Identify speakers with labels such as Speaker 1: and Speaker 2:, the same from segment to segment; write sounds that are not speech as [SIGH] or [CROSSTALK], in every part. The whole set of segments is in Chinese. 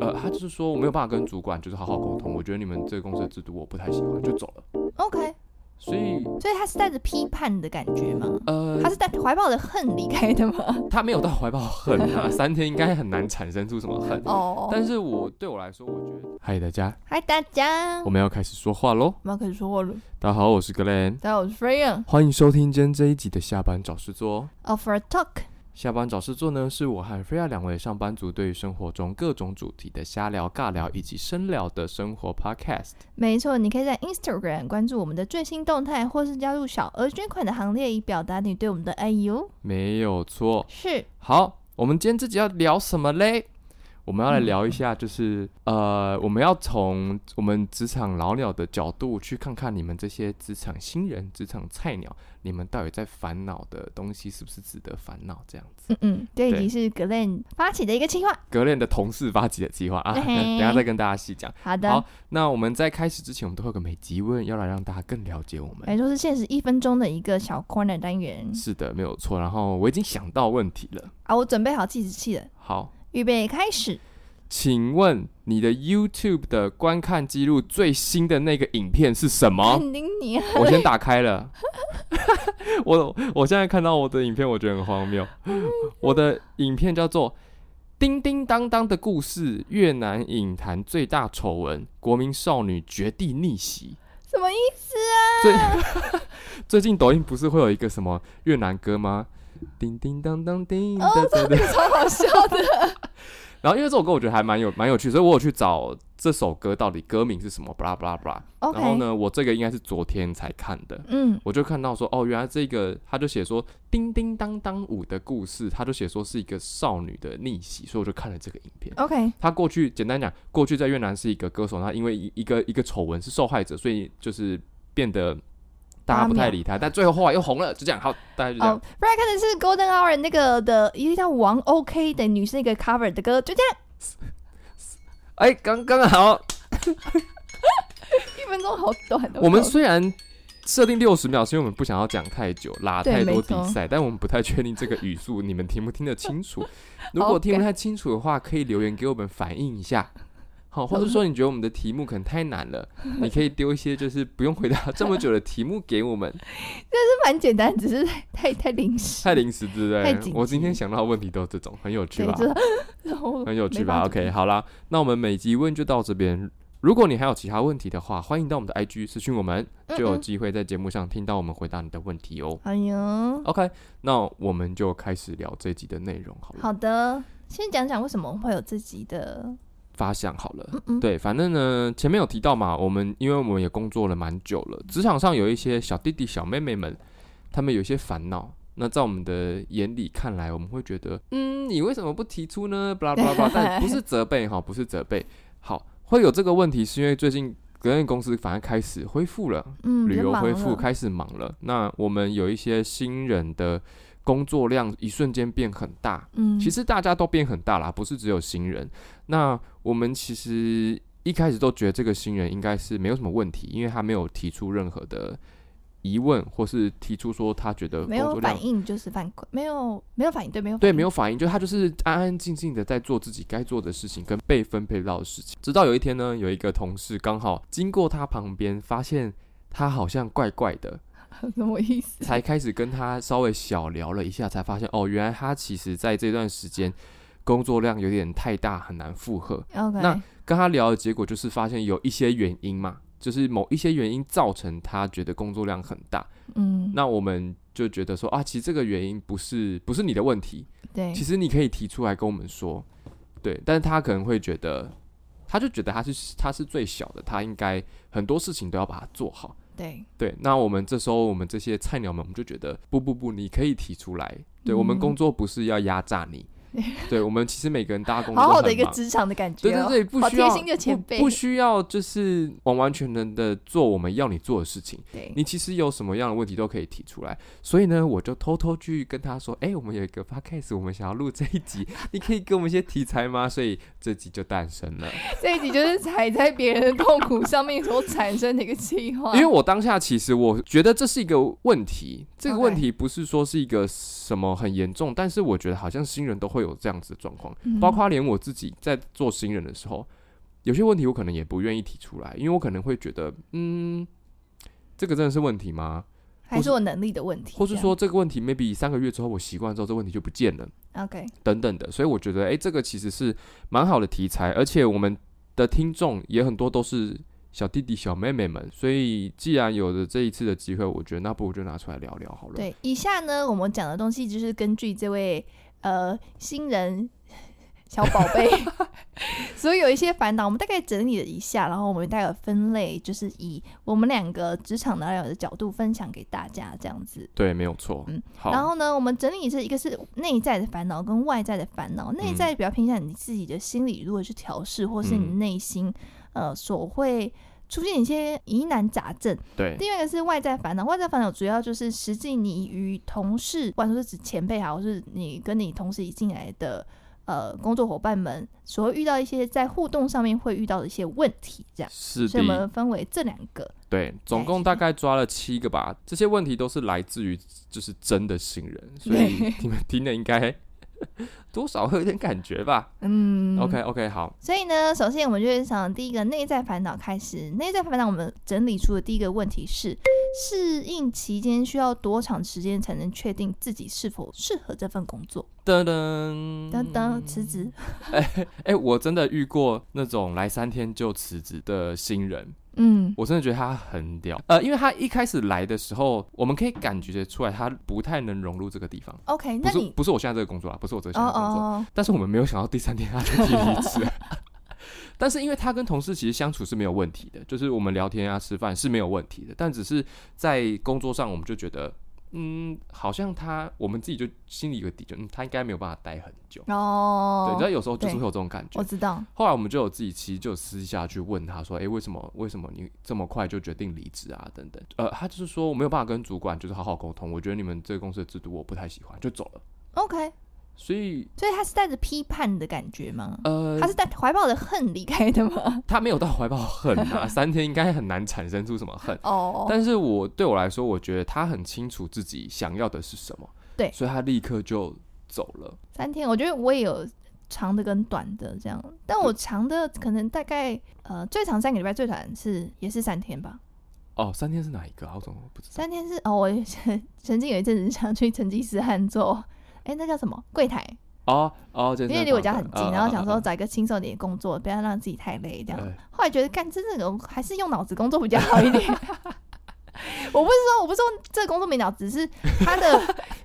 Speaker 1: 呃，他就是说我没有办法跟主管就是好好沟通，我觉得你们这个公司的制度我不太喜欢，就走了。
Speaker 2: OK，
Speaker 1: 所以
Speaker 2: 所以他是带着批判的感觉吗？
Speaker 1: 呃
Speaker 2: 他，是带怀抱着恨离开的吗？
Speaker 1: 他没有到怀抱恨啊，三天应该很难产生出什么恨。
Speaker 2: 哦，
Speaker 1: 但是我对我来说，我觉得，嗨，大家，
Speaker 2: [LAUGHS] 嗨大家，
Speaker 1: 我
Speaker 2: 我
Speaker 1: 们要开始说话喽。
Speaker 2: 们要开始说话了。
Speaker 1: 大家好，我是 Glen，
Speaker 2: 大家好，我是 Freya
Speaker 1: 欢迎收听今天这一集的下班找事做哦。
Speaker 2: of a Talk。
Speaker 1: 下班找事做呢，是我和菲亚两位上班族对于生活中各种主题的瞎聊、尬聊以及深聊的生活 podcast。
Speaker 2: 没错，你可以在 Instagram 关注我们的最新动态，或是加入小额捐款的行列，以表达你对我们的爱哟。
Speaker 1: 没有错。
Speaker 2: 是
Speaker 1: 好，我们今天自己要聊什么嘞？我们要来聊一下，就是、呃，我们要从我们职场老鸟的角度去看看你们这些职场新人、职场菜鸟，你们到底在烦恼的东西是不是值得烦恼？这样
Speaker 2: [LAUGHS]
Speaker 1: 子，
Speaker 2: 嗯嗯，这一
Speaker 1: 对
Speaker 2: 集是 Glen 发起的一个计划。
Speaker 1: 格练的同事发起的计划啊，
Speaker 2: 嘿嘿
Speaker 1: 等一下再跟大家细讲。
Speaker 2: 好的，
Speaker 1: 好那我们在开始之前，我们都会有个每集问，要来让大家更了解我们。
Speaker 2: 没错，是限时一分钟的一个小 corner 单元
Speaker 1: 是的，没有错。然后我已经想到问题了。
Speaker 2: 啊。我准备好计时器了，
Speaker 1: 好，
Speaker 2: 预备开始。
Speaker 1: 请问你的 YouTube 的观看记录最新的那个影片是什么？
Speaker 2: [LAUGHS] 肯定你啊，
Speaker 1: 我先打开了。 [LAUGHS] 我我现在看到我的影片，我觉得很荒谬。我的影片叫做《叮叮当当的故事：越南影坛最大丑闻，国民少女绝地逆袭》。
Speaker 2: 什么意思啊？
Speaker 1: 最最近抖音不是会有一个什么越南歌吗？叮叮当当叮
Speaker 2: 哦
Speaker 1: 当当当。
Speaker 2: 超好笑的。
Speaker 1: 然后因为这首歌我觉得还蛮有蛮有趣，所以我有去找这首歌到底歌名是什么，巴拉巴拉巴拉。然后
Speaker 2: OK，
Speaker 1: 呢，我这个应该是昨天才看的。
Speaker 2: 嗯，
Speaker 1: 我就看到说，哦，原来这个他就写说“叮叮当当舞”的故事，他就写说是一个少女的逆袭，所以我就看了这个影片。
Speaker 2: OK，
Speaker 1: 他过去简单讲，过去在越南是一个歌手，他因为一一个一个丑闻是受害者，所以就是变得大家不太理他，但最后后来又红了，就这样，好，大家就这样。
Speaker 2: 哦，不然看的是 Golden Hour 那个的一个叫王 OK 的女生一个 cover 的歌，就这样
Speaker 1: 哎、刚刚好，
Speaker 2: 一分钟好短哦。
Speaker 1: 我们虽然。设定六十秒，是因为我们不想要讲太久，拉
Speaker 2: 对
Speaker 1: 太多
Speaker 2: 没错
Speaker 1: 比赛，但我们不太确定这个语速你们听不听得清楚。如果
Speaker 2: OK
Speaker 1: 听不太清楚的话，可以留言给我们反映一下，好，或者
Speaker 2: [LAUGHS] 嗯
Speaker 1: 说你觉得我们的题目可能太难了，你可以丢一些就是不用回答这么久的题目给我们。
Speaker 2: 是蛮简单，只是太太太临时。
Speaker 1: 太临时，对不
Speaker 2: 太
Speaker 1: 对
Speaker 2: 紧？急
Speaker 1: 我今天想到的问题都是这种，很有趣
Speaker 2: 对，
Speaker 1: 吧？哎
Speaker 2: 这然后
Speaker 1: 很有趣
Speaker 2: 没办
Speaker 1: 吧
Speaker 2: 法
Speaker 1: ？OK，好啦，那我们每集问就到这边。如果你还有其他问题的话，欢迎到我们的 IG 私讯我们，
Speaker 2: 嗯
Speaker 1: 就有
Speaker 2: 嗯
Speaker 1: 机会在节目上听到我们回答你的问题哦。
Speaker 2: 哎呦，
Speaker 1: OK，那我们就开始聊这集的内容好了。
Speaker 2: 好的，先讲讲为什么会有自己的，
Speaker 1: 发想好了。
Speaker 2: 嗯嗯，
Speaker 1: 对，反正呢，前面有提到嘛，我们因为我们也工作了蛮久了，职场上有一些小弟弟、小妹妹们，他们有一些烦恼。那在我们的眼里看来，我们会觉得，嗯，你为什么不提出呢？巴拉巴拉
Speaker 2: [LAUGHS]
Speaker 1: 巴拉，但不是责备哈，不是责备。好，会有这个问题，是因为最近格瑞公司反而开始恢复了，
Speaker 2: 嗯，
Speaker 1: 旅
Speaker 2: 比较
Speaker 1: 游
Speaker 2: 忙
Speaker 1: 恢复
Speaker 2: 了
Speaker 1: 开始忙了。那我们有一些新人的工作量，一瞬间变很大，
Speaker 2: 嗯，
Speaker 1: 其实大家都变很大啦，不是只有新人。那我们其实一开始都觉得这个新人应该是没有什么问题，因为他没有提出任何的疑问，或是提出说他觉得
Speaker 2: 没
Speaker 1: 工
Speaker 2: 有
Speaker 1: 作量
Speaker 2: 反应就是反馈，没有没有反应，对，没有
Speaker 1: 对
Speaker 2: 反应
Speaker 1: 没有反应，就他就是安安静静的在做自己该做的事情跟被分配到的事情。直到有一天呢，有一个同事刚好经过他旁边，发现他好像怪怪的，
Speaker 2: 什么意思？
Speaker 1: 才开始跟他稍微小聊了一下，才发现哦，原来他其实在这段时间工作量有点太大，很难负荷。
Speaker 2: OK，
Speaker 1: 那跟他聊的结果就是发现有一些原因嘛，就是某一些原因造成他觉得工作量很大。
Speaker 2: 嗯，
Speaker 1: 那我们就觉得说啊，其实这个原因不是不是你的问题，
Speaker 2: 对，
Speaker 1: 其实你可以提出来跟我们说，对。但是他可能会觉得，他就觉得他是他是最小的，他应该很多事情都要把它做好。
Speaker 2: 对，
Speaker 1: 对，那我们这时候我们这些菜鸟们，我们就觉得不不不，你可以提出来。对、我们
Speaker 2: 嗯
Speaker 1: 工作不是要压榨
Speaker 2: [LAUGHS]
Speaker 1: 你，对我们其实每个人大家工作
Speaker 2: 好
Speaker 1: 都
Speaker 2: 好的
Speaker 1: 很
Speaker 2: 一个
Speaker 1: 忙
Speaker 2: 职场的感觉
Speaker 1: 对
Speaker 2: 哦，
Speaker 1: 对对，不
Speaker 2: 好
Speaker 1: 需
Speaker 2: 贴
Speaker 1: 要
Speaker 2: 心的前
Speaker 1: 不
Speaker 2: 辈
Speaker 1: 不需要就是完完全全的做我们要你做的事情。
Speaker 2: 对
Speaker 1: 你其实有什么样的问题都可以提出来，所以呢，我就偷偷去跟他说：“哎、我们有一个 podcast，我们想要录这一集，你可以给我们一些题材吗？”所以这集就诞生了。
Speaker 2: [LAUGHS] 这一集就是踩在别人的痛苦上面所产生的一个计划。
Speaker 1: 因为我当下其实我觉得这是一个问题，这个
Speaker 2: OK
Speaker 1: 问题不是说是一个什么很严重，但是我觉得好像新人都会有有这样子的状况。
Speaker 2: 嗯
Speaker 1: 包括连我自己在做新人的时候，有些问题我可能也不愿意提出来，因为我可能会觉得，嗯，这个真的是问题吗？
Speaker 2: 还是我能力的问题，
Speaker 1: 或是
Speaker 2: 这样
Speaker 1: 说这个问题 maybe 三个月之后我习惯之后，这问题就不见了，
Speaker 2: ，OK，
Speaker 1: 等等的。所以我觉得，诶，这个其实是蛮好的题材，而且我们的听众也很多都是小弟弟小妹妹们，所以既然有了这一次的机会，我觉得那不如就拿出来聊聊好了。
Speaker 2: 对，以下呢我们讲的东西就是根据这位呃新人小宝
Speaker 1: [LAUGHS]
Speaker 2: 贝，所以有一些烦恼，我们大概整理了一下，然后我们大概有分类，就是以我们两个职场男友的角度分享给大家这样子。
Speaker 1: 对，没有错。
Speaker 2: 嗯
Speaker 1: 好，
Speaker 2: 然后呢，我们整理是一个是内在的烦恼跟外在的烦恼。内在比较偏向你自己的心理如何去调试，或是你
Speaker 1: 嗯
Speaker 2: 内心、呃所会出现一些疑难杂症。
Speaker 1: 对，
Speaker 2: 第二个是外在烦恼，外在烦恼主要就是实际你与同事，不管说是指前辈好，或是你跟你同事一进来的呃工作伙伴们，所遇到一些在互动上面会遇到的一些问题，这样。
Speaker 1: 是
Speaker 2: 所以我
Speaker 1: 的，
Speaker 2: 们分为这两个，
Speaker 1: 对，总
Speaker 2: 对
Speaker 1: 共
Speaker 2: 是
Speaker 1: 大
Speaker 2: 的
Speaker 1: 概抓了七个吧。这些问题都是来自于就是真的新人，所以你们听了应该 [LAUGHS] 多少会有点感觉吧。
Speaker 2: 嗯
Speaker 1: OK OK，好，
Speaker 2: 所以呢，首先我们就是从第一个内在烦恼开始。内在烦恼，我们整理出的第一个问题是：适应期间需要多长时间才能确定自己是否适合这份工作？
Speaker 1: 噔噔
Speaker 2: 噔噔，辞职。
Speaker 1: 哎、我真的遇过那种来三天就辞职的新人，
Speaker 2: 嗯，
Speaker 1: 我真的觉得他很屌。呃，因为他一开始来的时候，我们可以感觉出来他不太能融入这个地方。
Speaker 2: OK，
Speaker 1: 不
Speaker 2: 那
Speaker 1: 是
Speaker 2: 你
Speaker 1: 不是我现在这个工作啦，不是我这个现
Speaker 2: 哦
Speaker 1: 在
Speaker 2: 哦
Speaker 1: 的工作，
Speaker 2: 哦，
Speaker 1: 但是我们没有想到第三天他就提离职。 [LAUGHS] 但是因为他跟同事其实相处是没有问题的，就是我们聊天啊、吃饭是没有问题的，但只是在工作上我们就觉得，嗯，好像他我们自己就心里有个底，就嗯，他应该没有办法待很久。对，你知道
Speaker 2: 哦，
Speaker 1: 有时候就是
Speaker 2: 对
Speaker 1: 会有这种感觉
Speaker 2: 我。知道，
Speaker 1: 后来我们就有自己其实就有私下去问他说，诶，为什么为什么你这么快就决定离职啊？等等，呃，他就是说我没有办法跟主管就是好好沟通，我觉得你们这个公司的制度我不太喜欢，就走了。
Speaker 2: OK，
Speaker 1: 所以
Speaker 2: 所以他是带着批判的感觉吗？
Speaker 1: 呃，
Speaker 2: 他是带怀抱着恨离开的吗？
Speaker 1: 他没有到怀抱恨啊，三天应该很难产生出什么恨。
Speaker 2: 哦，
Speaker 1: 但是我对我来说，我觉得他很清楚自己想要的是什么，
Speaker 2: 对
Speaker 1: 所以他立刻就走了。
Speaker 2: 三天，我觉得我也有长的跟短的这样，
Speaker 1: 嗯
Speaker 2: 但我长的可能大概呃最长三个礼拜，最短是也是三天吧。
Speaker 1: 哦，三天是哪一个啊？我怎么不知道？
Speaker 2: 三天是哦，我 [LAUGHS] 曾经有一阵子想去成吉思汗做，哎、那叫什么柜台？
Speaker 1: 哦哦，健
Speaker 2: 因
Speaker 1: 身
Speaker 2: 为离我家很近，
Speaker 1: 房的
Speaker 2: 然后想说
Speaker 1: 嗯嗯嗯
Speaker 2: 找一个轻松点的工作，不要让自己太累这样。
Speaker 1: 哎
Speaker 2: 后来觉得干真这种还是用脑子工作比较好一点。 [LAUGHS] 我不是说我不是说这个工作没脑子，是它的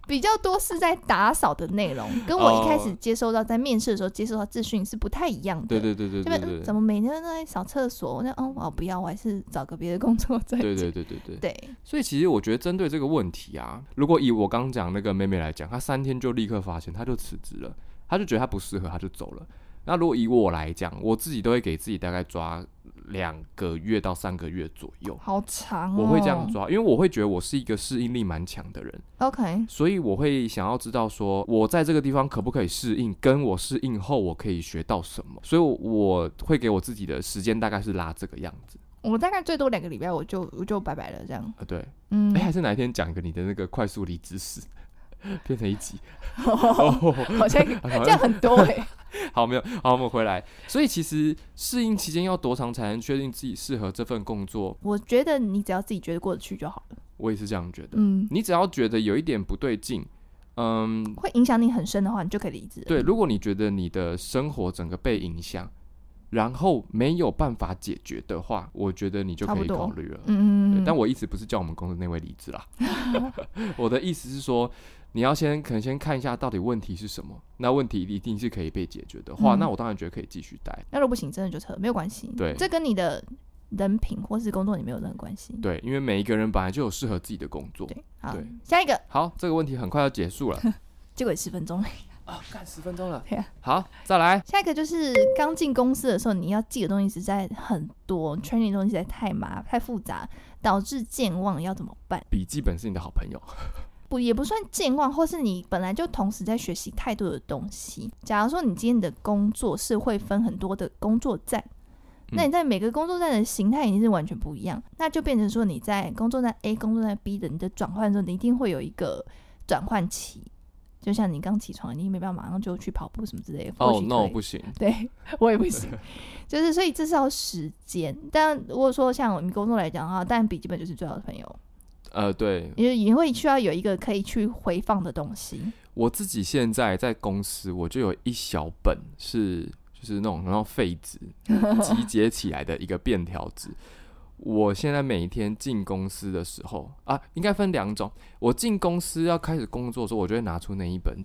Speaker 2: 比较多是在打扫的内容，跟我一开始
Speaker 1: 哦
Speaker 2: 接收到在面试的时候接收到资讯是不太一样的。
Speaker 1: 对对对对
Speaker 2: 这
Speaker 1: 对
Speaker 2: 边
Speaker 1: 对
Speaker 2: 嗯怎么每天都在扫厕所？那哦，我不要，我还是找个别的工作再
Speaker 1: 对对
Speaker 2: 做
Speaker 1: 对对对。
Speaker 2: 对，
Speaker 1: 所以其实我觉得针对这个问题啊，如果以我刚刚讲那个妹妹来讲，她三天就立刻发现，她就辞职了，她就觉得她不适合，她就走了。那如果以我来讲，我自己都会给自己大概抓两个月到三个月左右，
Speaker 2: 好长哦。
Speaker 1: 我会这样抓，因为我会觉得我是一个适应力蛮强的人，
Speaker 2: OK，
Speaker 1: 所以我会想要知道说我在这个地方可不可以适应，跟我适应后我可以学到什么，所以我我会给我自己的时间大概是拉这个样子。
Speaker 2: 我大概最多两个礼拜，我就我就拜拜了这样。
Speaker 1: 啊，对，
Speaker 2: 嗯
Speaker 1: 哎、，
Speaker 2: [LAUGHS]
Speaker 1: 还是哪一天讲一个你的那个快速离职史， [LAUGHS] 变成一
Speaker 2: [LAUGHS]
Speaker 1: 集。
Speaker 2: 好
Speaker 1: 哦， [LAUGHS]
Speaker 2: 像这样很多哎。
Speaker 1: 好，没有，好，我们回来。所以其实适应期间要多长才能确定自己适合这份工作？
Speaker 2: [LAUGHS] 我觉得你只要自己觉得过得去就好了。
Speaker 1: 我也是这样觉得。
Speaker 2: 嗯，
Speaker 1: 你只要觉得有一点不对劲，嗯，
Speaker 2: 会影响你很深的话，你就可以离职。
Speaker 1: 对，，如果你觉得你的生活整个被影响，然后没有办法解决的话，我觉得你就
Speaker 2: 差
Speaker 1: 可
Speaker 2: 不
Speaker 1: 以
Speaker 2: 多
Speaker 1: 考虑了。对
Speaker 2: 嗯，
Speaker 1: 但我意思不是叫我们公司那位离
Speaker 2: [LAUGHS]
Speaker 1: 职啦， [LAUGHS] 我的意思是说，你要先可能先看一下到底问题是什么，那问题一定是可以被解决的话，
Speaker 2: 嗯
Speaker 1: 那我当然觉得可以继续待。
Speaker 2: 那如果不行，真的就撤，没有关系。
Speaker 1: 对
Speaker 2: 这跟你的人品或是工作你没有任何关系。
Speaker 1: 对，因为每一个人本来就有适合自己的工作。
Speaker 2: 对，好
Speaker 1: 对，
Speaker 2: 下一个，
Speaker 1: 好，这个问题很快要结束了
Speaker 2: [LAUGHS] 结果也十分钟。 [LAUGHS]
Speaker 1: 啊，干十分钟了
Speaker 2: 对啊。
Speaker 1: 好，再来。
Speaker 2: 下一个就是刚进公司的时候，你要记的东西实在很多，training 的东西实在太麻太复杂，导致健忘，要怎么办？
Speaker 1: 笔记本是你的好朋友，
Speaker 2: 不也不算健忘，或是你本来就同时在学习太多的东西。假如说你今天的工作是会分很多的工作站，那
Speaker 1: 嗯
Speaker 2: 你在每个工作站的形态已经是完全不一样，那就变成说你在工作站 A、工作站 B 的你的转换的时候，你一定会有一个转换期。就像你刚起床，你也没办法马上就去跑步什么之类的。或
Speaker 1: 哦、
Speaker 2: 许
Speaker 1: n o
Speaker 2: 可以
Speaker 1: 不行，
Speaker 2: 对 [LAUGHS] 我也不行，就是所以这是要时间。但如果说像我们工作来讲的话，但笔记本就是最好的朋友，
Speaker 1: 呃，对
Speaker 2: 因为也会需要有一个可以去回放的东西。
Speaker 1: 我自己现在在公司，我就有一小本是就是那种然后废纸集结起来的一个便条纸。我现在每天进公司的时候啊，应该分两种。我进公司要开始工作的时候，我就会拿出那一本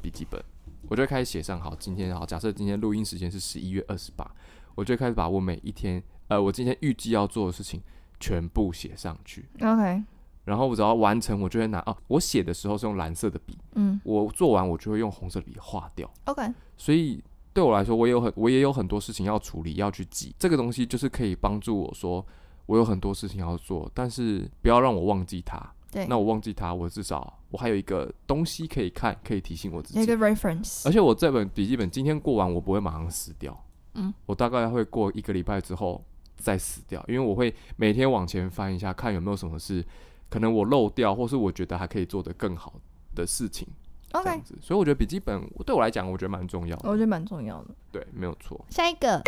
Speaker 1: 笔记本，我就会开始写上好今天好，假设今天录音时间是十一月二十八，我就会开始把我每一天呃我今天预计要做的事情全部写上去。
Speaker 2: OK，
Speaker 1: 然后我只要完成，我就会拿哦、我写的时候是用蓝色的笔，
Speaker 2: 嗯
Speaker 1: 我做完我就会用红色笔划掉，
Speaker 2: ，OK，
Speaker 1: 所以对我来说，我也有很我也有很多事情要处理要去记，这个东西就是可以帮助我说我有很多事情要做，但是不要让我忘记它。
Speaker 2: 对，
Speaker 1: 那我忘记它，我至少我还有一个东西可以看，可以提醒我自
Speaker 2: 有一
Speaker 1: 己。
Speaker 2: 个 reference，
Speaker 1: 而且我这本笔记本今天过完，我不会马上撕掉，
Speaker 2: 嗯，
Speaker 1: 我大概会过一个礼拜之后再撕掉，因为我会每天往前翻一下，看有没有什么事可能我漏掉，或是我觉得还可以做得更好的事情。这
Speaker 2: OK，
Speaker 1: 样子。所以我觉得笔记本对我来讲，我觉得蛮重要的。
Speaker 2: 我觉得蛮重要的。
Speaker 1: 对，没有错。
Speaker 2: 下一个，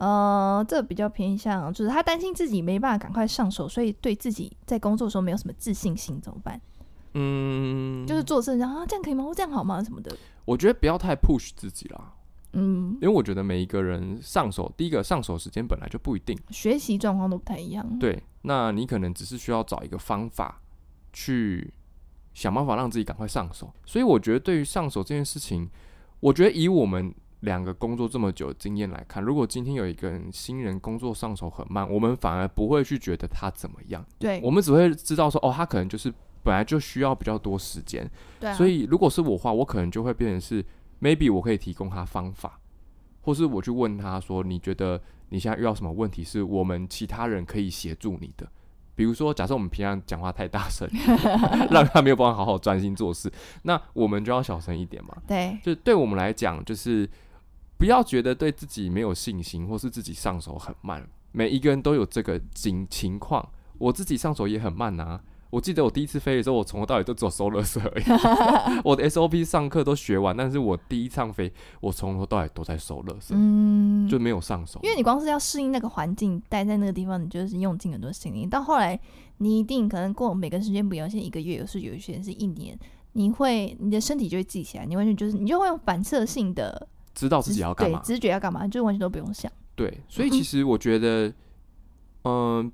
Speaker 2: 呃，这比较偏向就是他担心自己没办法赶快上手，所以对自己在工作的时候没有什么自信心，怎么办？
Speaker 1: 嗯，
Speaker 2: 就是做事然后啊，这样可以吗？或这样好吗？什么的。
Speaker 1: 我觉得不要太 push 自己啦，
Speaker 2: 嗯，
Speaker 1: 因为我觉得每一个人上手，第一个上手时间本来就不一定。
Speaker 2: 学习状况都不太一样。
Speaker 1: 对，那你可能只是需要找一个方法去想办法让自己赶快上手。所以我觉得对于上手这件事情，我觉得以我们。两个工作这么久的经验来看，如果今天有一个人新人工作上手很慢，我们反而不会去觉得他怎么样，
Speaker 2: 对
Speaker 1: 我们只会知道说，哦，他可能就是本来就需要比较多时间，
Speaker 2: 对啊，
Speaker 1: 所以如果是我的话，我可能就会变成是，maybe 我可以提供他方法，或是我去问他说，你觉得你现在遇到什么问题，是我们其他人可以协助你的。比如说，假设我们平常讲话太大声， [LAUGHS] 让他没有办法好好专心做事，那我们就要小声一点嘛。
Speaker 2: 对
Speaker 1: 就对我们来讲，就是不要觉得对自己没有信心，或是自己上手很慢。每一个人都有这个情情况，我自己上手也很慢啊。我记得我第一次飞的时候，我从头到尾都只有收垃圾而已。 [LAUGHS] 我的 SOP 上课都学完，但是我第一趟飞，我从头到尾都在收垃圾，
Speaker 2: 嗯，
Speaker 1: 就没有上手。
Speaker 2: 因为你光是要适应那个环境，待在那个地方，你就是用尽很多心力。到后来，你一定可能过每个时间不一样，有些一个月，有时有一些人是一年，你会你的身体就会记起来，你完全就是你就会有反射性的
Speaker 1: 知道自
Speaker 2: 直
Speaker 1: 己要干嘛，
Speaker 2: 对直觉要干嘛，就完全都不用想。
Speaker 1: 对，所以其实我觉得，嗯、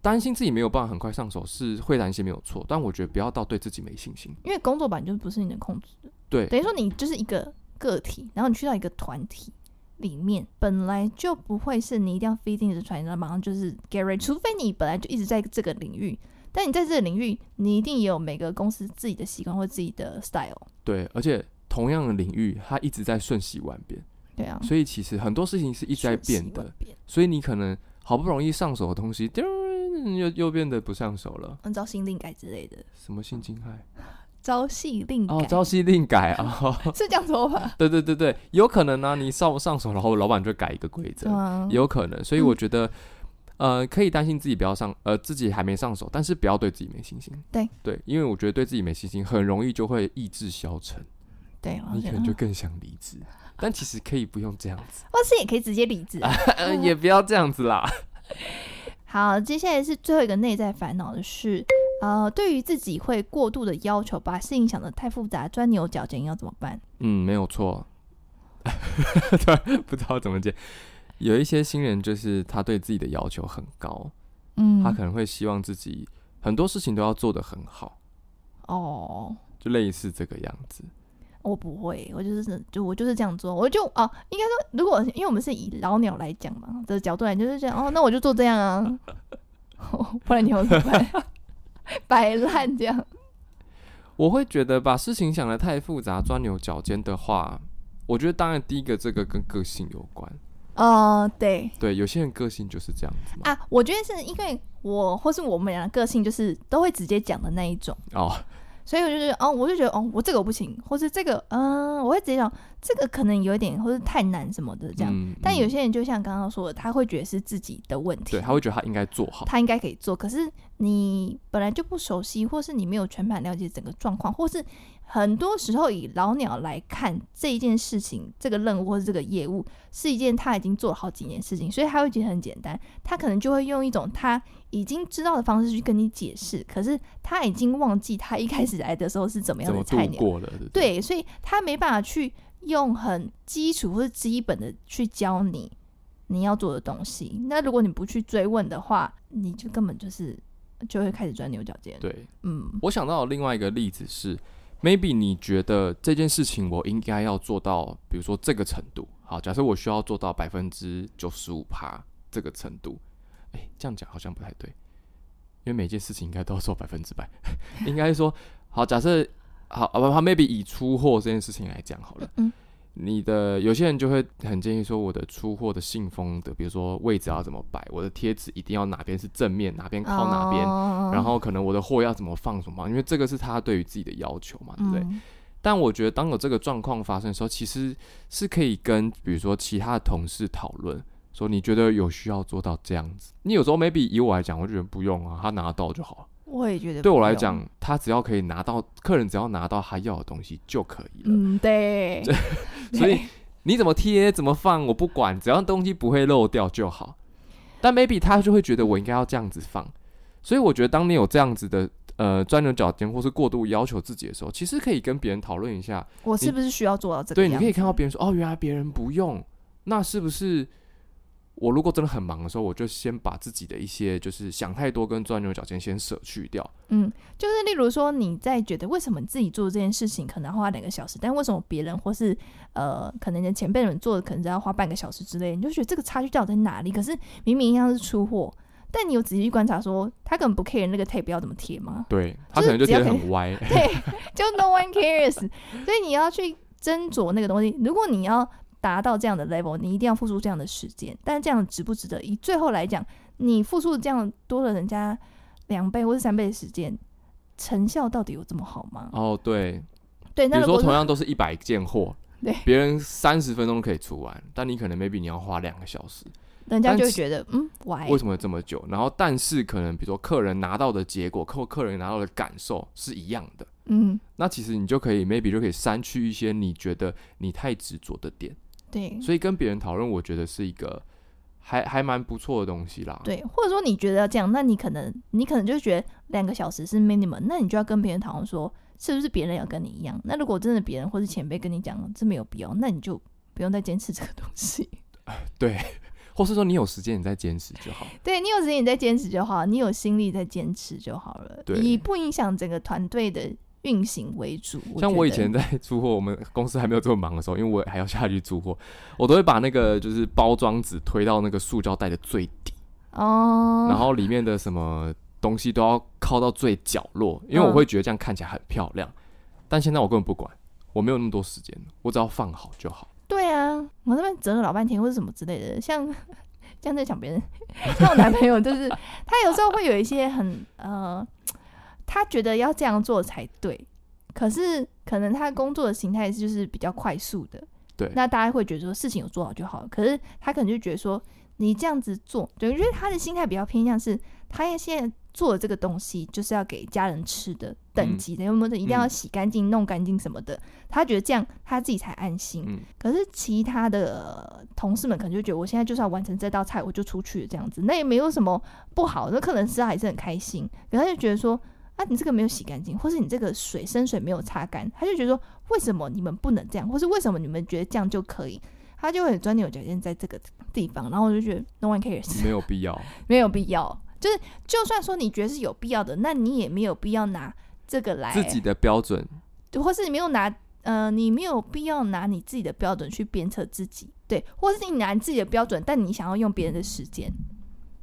Speaker 1: 担心自己没有办法很快上手是会担心没有错，但我觉得不要到对自己没信心。
Speaker 2: 因为工作本来就不是你能控制的，
Speaker 1: 对，
Speaker 2: 等于说你就是一个个体，然后你去到一个团体里面，本来就不会是你一定要 fit in 的团，然后马上就是 get ready，除非你本来就一直在这个领域。但你在这个领域，你一定也有每个公司自己的习惯或自己的 style，
Speaker 1: 对，而且同样的领域，它一直在瞬息万变，
Speaker 2: 对啊，
Speaker 1: 所以其实很多事情是一直在变
Speaker 2: 瞬息
Speaker 1: 的
Speaker 2: 万。变，
Speaker 1: 所以你可能好不容易上手的东西，丢又又变得不上手了。
Speaker 2: 按嗯招新令改之类的，
Speaker 1: 什么性侵害？
Speaker 2: 招系令嗯改、
Speaker 1: 哦，朝夕令改啊、哦！ [LAUGHS]
Speaker 2: 是这样说吧？
Speaker 1: 对对对对，有可能呢、啊你上上手，然后老板就改一个规则
Speaker 2: 对，啊，
Speaker 1: 有可能。所以
Speaker 2: 嗯
Speaker 1: 我觉得，呃，可以担心自己不要上，呃，自己还没上手，但是不要对自己没信心。
Speaker 2: 对
Speaker 1: 对，因为我觉得对自己没信心，很容易就会意志消沉，
Speaker 2: 对，啊好
Speaker 1: 你可
Speaker 2: 像
Speaker 1: 能就更想离职。但其实可以不用这样子，
Speaker 2: 或是也可以直接离职啊，
Speaker 1: 呃也不要这样子啦。
Speaker 2: 好，接下来是最后一个内在烦恼的是，呃，对于自己会过度的要求，把事情想得太复杂，钻牛角尖，要怎么办？
Speaker 1: [LAUGHS] 嗯，没有错。 [LAUGHS] 对， [LAUGHS] 不知道怎么接。有一些新人就是他对自己的要求很高，
Speaker 2: 嗯
Speaker 1: 他可能会希望自己很多事情都要做得很好，
Speaker 2: 哦，
Speaker 1: 就类似这个样子。
Speaker 2: 我不会，我就是就我就是这样做，我就哦，应该说，如果因为我们是以老鸟来讲嘛的角度来，就是这样哦，那我就做这样啊， [LAUGHS] 不然你要怎么办？ [LAUGHS] 摆烂这样，
Speaker 1: 我会觉得把事情想得太复杂、钻牛角尖的话，我觉得当然第一个这个跟个性有关。
Speaker 2: 哦，对
Speaker 1: 对，有些人个性就是这样子嘛。
Speaker 2: 啊，我觉得是因为我或是我们俩的个性就是都会直接讲的那一种。
Speaker 1: 哦，
Speaker 2: 所以我就觉得，哦，我就觉得，哦，我这个我不行，或是这个，嗯、我会直接讲，这个可能有点或是太难什么的这样。
Speaker 1: 嗯
Speaker 2: 但有
Speaker 1: 嗯
Speaker 2: 些人就像刚刚说的，他会觉得是自己的问题，
Speaker 1: 对他会觉得他应该做好，
Speaker 2: 他应该可以做，可是你本来就不熟悉，或是你没有全盘了解整个状况，或是很多时候以老鸟来看这一件事情、这个任务或是这个业务是一件他已经做了好几年的事情，所以他会觉得很简单，他可能就会用一种他已经知道的方式去跟你解释，可是他已经忘记他一开始来的时候是怎么
Speaker 1: 怎
Speaker 2: 样的
Speaker 1: 么度
Speaker 2: 菜鸟，
Speaker 1: 过了？对不对，
Speaker 2: 对，所以他没办法去用很基础或者基本的去教你你要做的东西。那如果你不去追问的话，你就根本就是就会开始钻牛角尖。
Speaker 1: 对
Speaker 2: 嗯，
Speaker 1: 我想到的另外一个例子是，maybe 你觉得这件事情我应该要做到，比如说这个程度。好，假设我需要做到百分之九十五趴这个程度，哎、这样讲好像不太对，因为每件事情应该都要做百分之百。 [LAUGHS] 应该说，好，假设好，啊不好，maybe 以出货这件事情来讲好了。
Speaker 2: 嗯
Speaker 1: 你的有些人就会很建议说，我的出货的信封的，比如说位置要怎么摆，我的贴纸一定要哪边是正面，哪边靠哪边，
Speaker 2: 哦
Speaker 1: 然后可能我的货要怎么放什么，因为这个是他对于自己的要求嘛，对不对？
Speaker 2: 嗯
Speaker 1: 但我觉得当有这个状况发生的时候，其实是可以跟比如说其他的同事讨论，说你觉得有需要做到这样子。你有时候 maybe 以我来讲，我觉得不用啊，他拿到就好。
Speaker 2: 我也觉得
Speaker 1: 对我
Speaker 2: 不
Speaker 1: 来
Speaker 2: 用，
Speaker 1: 讲，他只要可以拿到，客人只要拿到他要的东西就可以了。
Speaker 2: 嗯，对，
Speaker 1: [LAUGHS] 所以
Speaker 2: 对
Speaker 1: 你怎么贴怎么放我不管，只要东西不会漏掉就好。但 maybe 他就会觉得我应该要这样子放，所以我觉得当你有这样子的呃钻牛角尖或是过度要求自己的时候，其实可以跟别人讨论一下。
Speaker 2: 我
Speaker 1: 你
Speaker 2: 是不是需要做到这个
Speaker 1: 对，
Speaker 2: 样
Speaker 1: 你
Speaker 2: 子？
Speaker 1: 可以看到别人说哦，原来别人不用，那是不是我如果真的很忙的时候，我就先把自己的一些就是想太多跟钻牛角尖先舍去掉？
Speaker 2: 嗯，就是例如说，你在觉得为什么自己做这件事情可能要花两个小时，但为什么别人或是呃，可能你的前辈们做的可能只要花半个小时之类，你就觉得这个差距到底在哪里？可是明明一样是出货，但你有仔细去观察说，他根本不 care 那个 tape 要怎么贴吗？
Speaker 1: 对他
Speaker 2: 就
Speaker 1: 可
Speaker 2: 是
Speaker 1: 能就
Speaker 2: 只要
Speaker 1: 贴得
Speaker 2: 可以
Speaker 1: 很歪，
Speaker 2: 对，就 no one cares，所 [LAUGHS] 以你要去斟酌那个东西。如果你要达到这样的 level，你一定要付出这样的时间，但这样值不值得？以最后来讲，你付出这样多了人家两倍或是三倍的时间，成效到底有这么好吗？
Speaker 1: 哦对，
Speaker 2: 对，
Speaker 1: 比
Speaker 2: 那
Speaker 1: 如
Speaker 2: 如
Speaker 1: 说
Speaker 2: 果
Speaker 1: 同样都是一百件货，
Speaker 2: 对
Speaker 1: 别人三十分钟可以出完，但你可能 maybe 你要花两个小时，
Speaker 2: 人家
Speaker 1: 但
Speaker 2: 就会
Speaker 1: 是
Speaker 2: 觉得，嗯，why？
Speaker 1: 为什么有这么久？然后但是可能比如说客人拿到的结果，客客人拿到的感受是一样的，
Speaker 2: 嗯，
Speaker 1: 那其实你就可以 maybe 就可以删去一些你觉得你太执着的点，
Speaker 2: 对
Speaker 1: 所以跟别人讨论，我觉得是一个还还蛮不错的东西啦。
Speaker 2: 对，或者说你觉得要这样，那你可能你可能就觉得两个小时是 minimum，那你就要跟别人讨论说，是不是别人要跟你一样？那如果真的别人或是前辈跟你讲这没有必要，那你就不用再坚持这个东西。 [LAUGHS]
Speaker 1: 或是说你有时间你再坚持就好。
Speaker 2: 对你有时间你再坚持就好，你有心力再坚持就好了，
Speaker 1: 对
Speaker 2: 以不影响整个团队的运行为主。
Speaker 1: 像
Speaker 2: 觉
Speaker 1: 我以
Speaker 2: 得
Speaker 1: 前在出货，我们公司还没有这么忙的时候，因为我还要下去出货，我都会把那个就是包装纸推到那个塑胶袋的最底，
Speaker 2: 哦，
Speaker 1: 然后里面的什么东西都要靠到最角落，因为我
Speaker 2: 嗯
Speaker 1: 会觉得这样看起来很漂亮。但现在我根本不管，我没有那么多时间，我只要放好就好。
Speaker 2: 对啊，我那边折了老半天或者什么之类的，像 [LAUGHS] 像在讲别人， [LAUGHS] 像我男朋友就是他有时候会有一些很呃，他觉得要这样做才对，可是可能他工作的形态就是比较快速的，
Speaker 1: 对
Speaker 2: 那大家会觉得说事情有做好就好了，可是他可能就觉得说你这样子做，对，因为他的心态比较偏向是，他现在做的这个东西就是要给家人吃的等级的，有没有一定要
Speaker 1: 嗯
Speaker 2: 洗干净、弄干净什么的，他觉得这样他自己才安心。
Speaker 1: 嗯
Speaker 2: 可是其他的呃同事们可能就觉得，我现在就是要完成这道菜，我就出去这样子，那也没有什么不好。那客人吃到还是很开心，可他就觉得说，啊，你这个没有洗干净，或是你这个水生水没有擦干，他就觉得说，为什么你们不能这样，或是为什么你们觉得这样就可以？他就会很钻牛角尖在这个地方，然后我就觉得 no one cares， [LAUGHS]
Speaker 1: 没有必要。
Speaker 2: 没有必要。就是就算说你觉得是有必要的，那你也没有必要拿这个来
Speaker 1: 自己的标准
Speaker 2: 对，或是你没有拿，呃，你没有必要拿你自己的标准去鞭策自己，对，或是你拿你自己的标准，但你想要用别人的时间，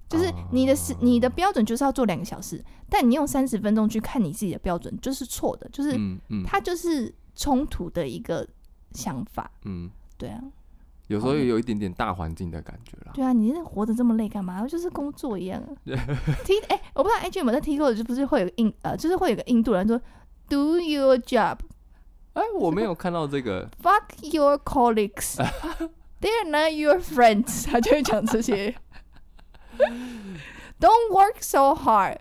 Speaker 2: 就是你的时、你的标准就是要做两个小时，但你用三十分钟去看你自己的标准，就是错的，就是
Speaker 1: 嗯嗯
Speaker 2: 它就是冲突的一个想法，
Speaker 1: 嗯，
Speaker 2: 对啊，
Speaker 1: 有时候也有一点点大环境的感觉啦。
Speaker 2: 对啊，你那活得这么累干嘛？就是工作一样啊。听，哎、我不知道 IG 有没有在听过，就不是会有个印呃，就是会有个印度人说 “Do your job”，
Speaker 1: 哎，我没有看到这个，
Speaker 2: Fuck your
Speaker 1: [LAUGHS]
Speaker 2: colleagues. They're not your friends. [LAUGHS] 他就会讲这些。Don't work so hard.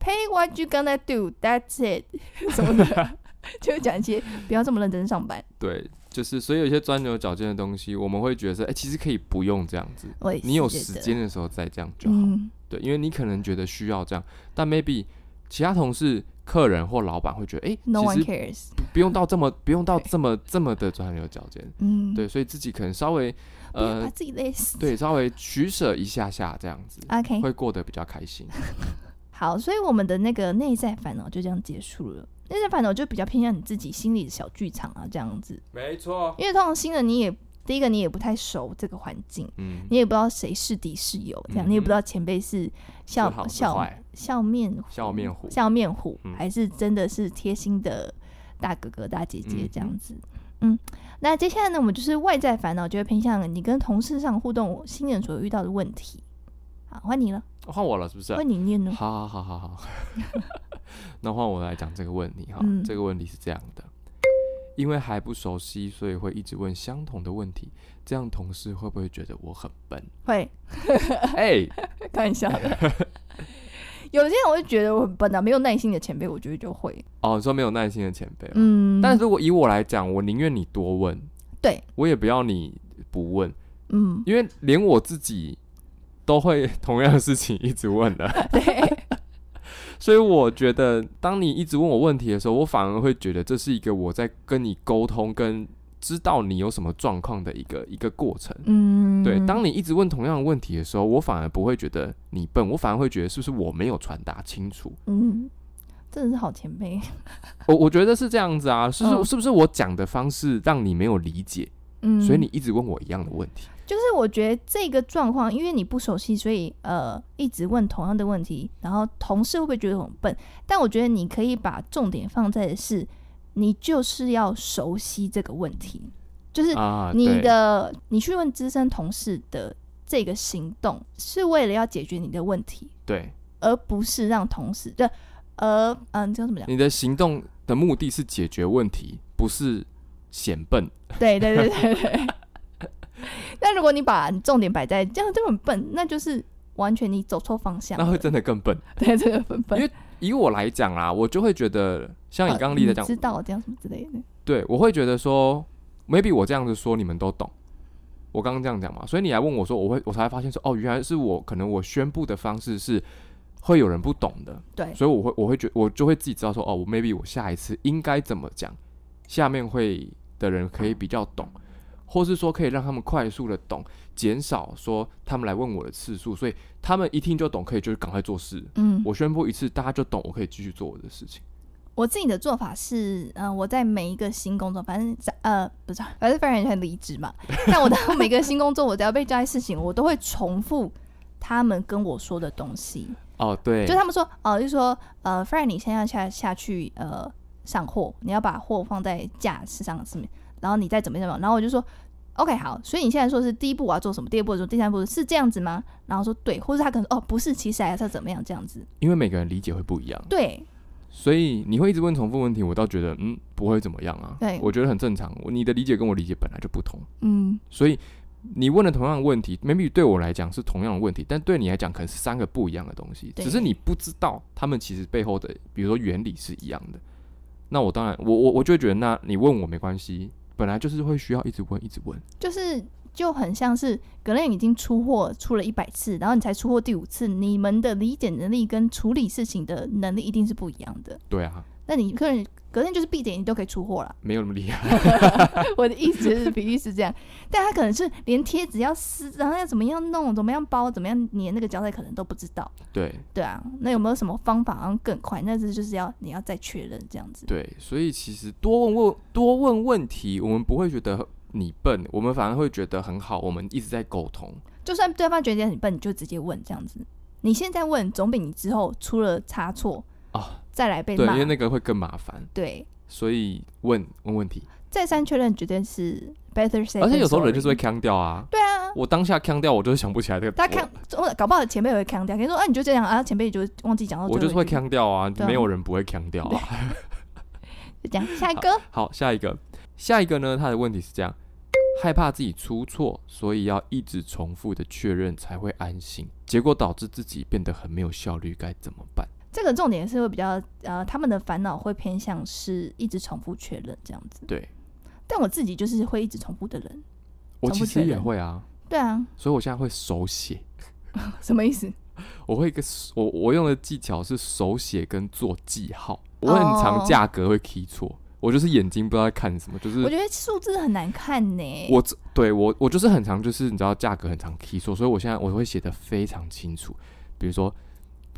Speaker 2: Pay what you gonna do. That's it. [LAUGHS] 什么
Speaker 1: [LAUGHS]
Speaker 2: 的，就会讲一些不要这么认真上班。
Speaker 1: 对，就是所以有一些钻牛角尖的东西，我们会觉得说，哎、其实可以不用这样子，
Speaker 2: 我也是
Speaker 1: 你有
Speaker 2: 觉
Speaker 1: 时
Speaker 2: 得，
Speaker 1: 间的时候再这样就好。
Speaker 2: 嗯，
Speaker 1: 对，因为你可能觉得需要这样，但 maybe 其他同事、客人或老板会觉得，哎、
Speaker 2: ，No
Speaker 1: 其
Speaker 2: one
Speaker 1: 实
Speaker 2: cares。
Speaker 1: 不用到这
Speaker 2: [LAUGHS]
Speaker 1: 么不用到
Speaker 2: 对
Speaker 1: 这么这么的钻牛角尖。
Speaker 2: 嗯，，
Speaker 1: 对，所以自己可能稍微
Speaker 2: 把
Speaker 1: 呃，
Speaker 2: 自己哎累死。
Speaker 1: 对，稍微取舍一下下这样子，
Speaker 2: OK，
Speaker 1: 会过得比较开心。
Speaker 2: 好，所以我们的那个内在烦恼就这样结束了。内在烦恼就比较偏向你自己心里的小剧场啊，这样子。
Speaker 1: 没错，
Speaker 2: 因为通常新人你也第一个你也不太熟这个环境，
Speaker 1: 嗯，
Speaker 2: 你也不知道谁是敌是友，这样、
Speaker 1: 嗯
Speaker 2: 你也不知道前辈是笑
Speaker 1: 是好是
Speaker 2: 笑
Speaker 1: 坏
Speaker 2: 笑面虎
Speaker 1: 笑面虎
Speaker 2: 笑面虎，
Speaker 1: 嗯
Speaker 2: 还是真的是贴心的大哥哥大姐姐
Speaker 1: 嗯
Speaker 2: 这样子。嗯，那接下来呢，我们就是外在烦恼，就会偏向你跟同事上互动，新人所遇到的问题。好，换你了，
Speaker 1: 换我了是不是？
Speaker 2: 换你念呢。
Speaker 1: 啊好好好好好， [LAUGHS] 那换我来讲这个问题哈。
Speaker 2: 嗯
Speaker 1: 这个问题是这样的，因为还不熟悉，所以会一直问相同的问题，这样同事会不会觉得我很
Speaker 2: [LAUGHS]
Speaker 1: 笨？
Speaker 2: 会，
Speaker 1: 哎、
Speaker 2: 开玩笑的。
Speaker 1: [LAUGHS]
Speaker 2: 有些人我就觉得我很笨啊，没有耐心的前辈，我觉得就会。
Speaker 1: 哦，你说没有耐心的前辈哦、
Speaker 2: 嗯，
Speaker 1: 但如果以我来讲，我宁愿你多问，
Speaker 2: 对，
Speaker 1: 我也不要你不问， [LAUGHS]
Speaker 2: 嗯，
Speaker 1: 因为连我自己都会同样的事情一直问的，
Speaker 2: 对，
Speaker 1: 所以我觉得当你一直问我问题的时候，我反而会觉得这是一个我在跟你沟通跟知道你有什么状况的一个一个过程。
Speaker 2: 嗯，
Speaker 1: 对，当你一直问同样的问题的时候，我反而不会觉得你笨，我反而会觉得是不是我没有传达清楚。
Speaker 2: 嗯，真的是好前辈。 [LAUGHS]
Speaker 1: 我我觉得是这样子啊，是不是、
Speaker 2: 嗯
Speaker 1: 是不是我讲的方式让你没有理解，
Speaker 2: 嗯，
Speaker 1: 所以你一直问我一样的问题？
Speaker 2: 就是我觉得这个状况，因为你不熟悉，所以呃一直问同样的问题，然后同事会不会觉得我很笨？但我觉得你可以把重点放在的是，你就是要熟悉这个问题，就是
Speaker 1: 啊，
Speaker 2: 你
Speaker 1: 对
Speaker 2: 的你去问资深同事的这个行动，是为了要解决你的问题，
Speaker 1: 对
Speaker 2: 而不是让同事就而嗯，这个怎么讲？
Speaker 1: 你的行动的目的是解决问题，不是显笨。
Speaker 2: 对对对对对。 [LAUGHS] 那如果你把重点摆在这样就很笨，那就是完全你走错方向
Speaker 1: 那
Speaker 2: 了。
Speaker 1: 会真的更笨。
Speaker 2: [LAUGHS] 对，这个很
Speaker 1: 因
Speaker 2: 笨
Speaker 1: 为。以我来讲啦，我就会觉得，像你刚刚例子
Speaker 2: 呃
Speaker 1: 讲，
Speaker 2: 知道这样什么之类的。
Speaker 1: 对我会觉得说，maybe 我这样子说你们都懂。我刚刚这样讲嘛，所以你来问我说，我会我才发现说，哦，原来是我可能我宣布的方式是会有人不懂的，
Speaker 2: 对
Speaker 1: 所以我会我会觉我就会自己知道说，哦，我 maybe 我下一次应该怎么讲，下面会的人可以比较懂，或是说可以让他们快速的懂，减少说他们来问我的次数，所以他们一听就懂，可以就是赶快做事。
Speaker 2: 嗯，
Speaker 1: 我宣布一次，大家就懂，我可以继续做我的事情。
Speaker 2: 我自己的做法是，嗯、我在每一个新工作，反正在呃不是，反正反正很离职
Speaker 1: [LAUGHS]
Speaker 2: 嘛。但我到每个新工作，我只要被交代事情，我都会重复他们跟我说的东西。
Speaker 1: 哦，对
Speaker 2: 就，他们说，哦、就说，呃 f r e d 你现在要下下去呃上货，你要把货放在架子上上面，然后你再怎么怎么样，然后我就说，OK，好，所以你现在说是第一步我要做什么，第二步我做，第三步是这样子吗？然后说对，或者他可能说哦不是，其实还是要怎么样这样子，
Speaker 1: 因为每个人理解会不一样，
Speaker 2: 对，
Speaker 1: 所以你会一直问重复问题，我倒觉得嗯不会怎么样啊，
Speaker 2: 对
Speaker 1: 我觉得很正常。我你的理解跟我理解本来就不同，
Speaker 2: 嗯
Speaker 1: 所以你问了同样的问题，maybe 对我来讲是同样的问题，但对你来讲可能是三个不一样的东西，
Speaker 2: 对
Speaker 1: 只是你不知道他们其实背后的，比如说原理是一样的。那我当然，我我我就会觉得，那你问我没关系，本来就是会需要一直问，一直问。
Speaker 2: 就是。就很像是格雷已经出货出了一百次，然后你才出货第五次，你们的理解能力跟处理事情的能力一定是不一样的。
Speaker 1: 对啊，
Speaker 2: 那你个人格雷就是闭着眼睛都可以出货了，
Speaker 1: 没有那么厉害。
Speaker 2: 我的意思是比喻是这样，但他可能是连贴纸要撕，然后要怎么样弄，怎么样包，怎么样粘那个胶带，可能都不知道。
Speaker 1: 对，
Speaker 2: 对啊，那有没有什么方法好像更快？那是就是要你要再确认这样子。
Speaker 1: 对，所以其实多问问多问问题，我们不会觉得你笨，我们反而会觉得很好。我们一直在沟通，
Speaker 2: 就算对方觉得你笨，你就直接问这样子。你现在问总比你之后出了差错
Speaker 1: 啊
Speaker 2: 再来被
Speaker 1: 对，
Speaker 2: 骂
Speaker 1: 因为。那个会更麻烦，
Speaker 2: 对，
Speaker 1: 所以问问问题，
Speaker 2: 再三确认绝对是 better say。
Speaker 1: 而且有时候人就是会腔掉啊。
Speaker 2: 对啊，
Speaker 1: 我当下腔掉，我就是想不起来这个。
Speaker 2: 大家看，搞不好前辈也会扛掉，可以说啊，你就这样啊，前辈就忘记讲到
Speaker 1: 我，
Speaker 2: 最
Speaker 1: 我
Speaker 2: 后
Speaker 1: 就是会
Speaker 2: 一句
Speaker 1: 腔掉啊，
Speaker 2: 对啊
Speaker 1: 没有人不会腔掉啊。
Speaker 2: 就这样，下一个，
Speaker 1: [LAUGHS] 好，下一个，下一个呢？他的问题是这样：害怕自己出错，所以要一直重复的确认才会安心，结果导致自己变得很没有效率，该怎么办？
Speaker 2: 这个重点是会比较呃，他们的烦恼会偏向是一直重复确认这样子。
Speaker 1: 对
Speaker 2: 但我自己就是会一直重复的人。
Speaker 1: 我
Speaker 2: 重
Speaker 1: 其
Speaker 2: 复
Speaker 1: 实
Speaker 2: 确
Speaker 1: 也
Speaker 2: 认
Speaker 1: 会啊，
Speaker 2: 对啊，
Speaker 1: 所以我现在会手写，
Speaker 2: [LAUGHS] 什么意思？
Speaker 1: 我会一个我我用的技巧是手写跟做记号，我很常
Speaker 2: 哦
Speaker 1: 价格会 key 错，我就是眼睛不知道在看什么，就是
Speaker 2: 我觉得数字很难看呢。
Speaker 1: 我这对我我就是很常就是你知道价格很常 key 错，所以我现在我会写的非常清楚。比如说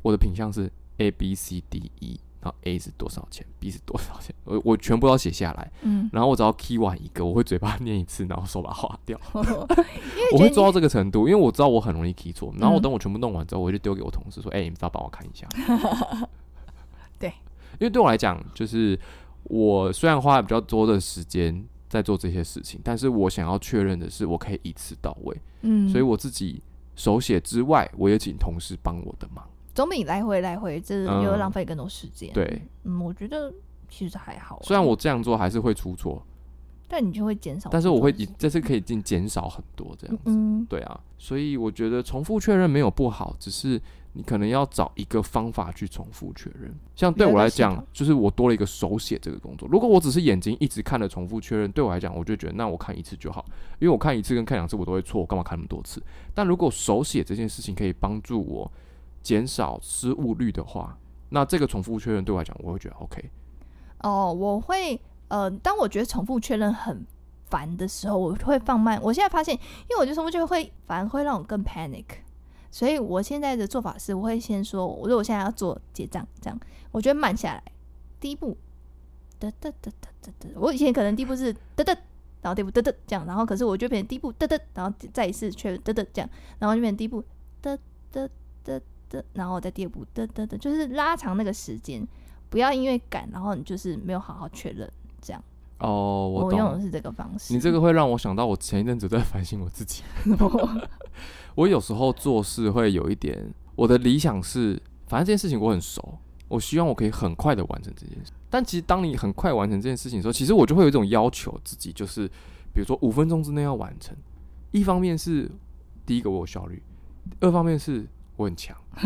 Speaker 1: 我的品相是 A B C D E，然后 A 是多少钱，B 是多少钱，我我全部都要写下来。 [LAUGHS]
Speaker 2: 嗯，
Speaker 1: 然后我只要 key 完一个，我会嘴巴念一次，然后手把它划掉。
Speaker 2: 因
Speaker 1: 我
Speaker 2: 为
Speaker 1: 会
Speaker 2: 哎觉
Speaker 1: 做
Speaker 2: 得
Speaker 1: 到这个程度，因为我知道我很容易 key 错。然后我
Speaker 2: 嗯”
Speaker 1: 等我全部弄完之后，我就丢给我同事说：“哎、你们知道帮我看一下。
Speaker 2: [LAUGHS] 对，
Speaker 1: 因为对我来讲，就是我虽然花了比较多的时间在做这些事情，但是我想要确认的是，我可以一次到位。
Speaker 2: 你嗯，
Speaker 1: 所以我自己手写之外，我也请同事帮我的忙。
Speaker 2: 总比你来回来回，这
Speaker 1: 嗯
Speaker 2: 又浪费更多时间。
Speaker 1: 对，
Speaker 2: 嗯，我觉得其实还好啊。
Speaker 1: 虽然我这样做还是会出错，
Speaker 2: 哦但你就会减少这种事，
Speaker 1: 但是我会以这次可以尽减少很多这样子。
Speaker 2: 嗯，
Speaker 1: 对啊，所以我觉得重复确认没有不好，只是你可能要找一个方法去重复确认。像对我来
Speaker 2: 有一个
Speaker 1: 讲
Speaker 2: 系，
Speaker 1: 就是我多了一个手写这个工作。如果我只是眼睛一直看着重复确认，对我来讲，我就觉得那我看一次就好，因为我看一次跟看两次我都会错，我干嘛看那么多次？但如果手写这件事情可以帮助我减少失误率的话，那这个重复确认对我来讲，我会觉得 OK。
Speaker 2: 哦，我会呃，当我觉得重复确认很烦的时候，我会放慢。我现在发现，因为我觉得重复就会反而会让我更 panic，所以我现在的做法是，我会先说，我如果我现在要做结账，这样我觉得慢下来，第一步，哒哒哒哒哒哒，我以前可能第一步是哒哒。然后第一步哒哒这样，然后可是我就变成第一步哒哒，然后再一次确认哒哒这样，然后就变成第一步哒哒哒哒，然后再第二步哒哒哒，就是拉长那个时间。不要因为赶，然后你就是没有好好确认。
Speaker 1: 哦，
Speaker 2: 我
Speaker 1: 懂
Speaker 2: 用的
Speaker 1: 了。
Speaker 2: 是这个方式。
Speaker 1: 你
Speaker 2: [LAUGHS]
Speaker 1: 这个会让我想到，我前一阵子在反省我自己。我有时候做事会有一点，我的理想是，反正这件事情我很熟，我希望我可以很快的完成这件事。但其实当你很快完成这件事情的时候，其实我就会有一种要求自己，就是比如说五分钟之内要完成。一方面是第一个我有效率，二方面是我很强。 [LAUGHS]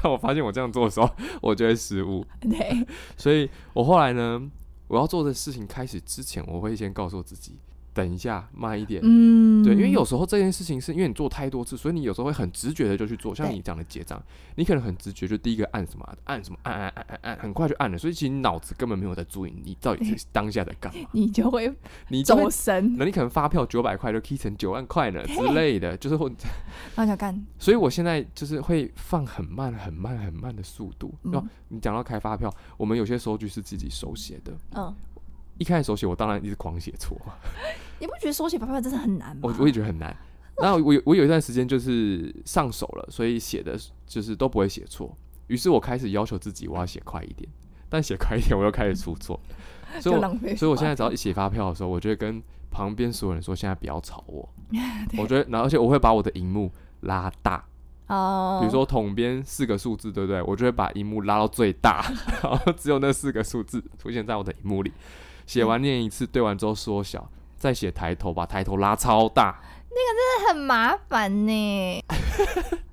Speaker 1: 但我发现我这样做的时候，我就会失误。 [LAUGHS]
Speaker 2: 对，
Speaker 1: 所以我后来呢，我要做的事情开始之前，我会先告诉自己，等一下，慢一点，
Speaker 2: 嗯，
Speaker 1: 对，因为有时候这件事情是因为你做太多次，所以你有时候会很直觉的就去做。像
Speaker 2: 对
Speaker 1: 你讲的结账，你可能很直觉就第一个按什么啊按什么按按按按按，很快就按了，所以其实你脑子根本没有在注意你到底是当下在
Speaker 2: [LAUGHS]
Speaker 1: 干嘛。
Speaker 2: 你就会
Speaker 1: 你就会
Speaker 2: 走神，
Speaker 1: 那你可能发票九百块就 key 成九万块呢之
Speaker 2: 对
Speaker 1: 类的，就是会。 [LAUGHS]
Speaker 2: 然后想干，
Speaker 1: 所以我现在就是会放很慢、很慢、很慢的速度。
Speaker 2: 嗯
Speaker 1: 然后你讲到开发票，我们有些收据是自己手写的，
Speaker 2: 嗯，
Speaker 1: 一开始手写我当然一直狂写错。
Speaker 2: 你不觉得手写发票真的很难吗？
Speaker 1: [LAUGHS] 我我也觉得很难。那我有我有一段时间就是上手了，所以写的就是都不会写错。于是我开始要求自己，我要写快一点，但写快一点我又开始出
Speaker 2: [LAUGHS]
Speaker 1: 错，所以
Speaker 2: 就
Speaker 1: 我
Speaker 2: 浪费，
Speaker 1: 所以我现在只要一写发票的时候，我就会跟旁边所有人说，现在不要吵
Speaker 2: [LAUGHS]
Speaker 1: 我。我觉得，然后而且我会把我的荧幕拉大，
Speaker 2: 哦，
Speaker 1: 比如说统编四个数字，对不对？我就会把荧幕拉到最大， [LAUGHS] 然后只有那四个数字出现在我的荧幕里。写完念一次，对完之后缩小，再写抬头，把抬头拉超大。
Speaker 2: 这很麻烦呢，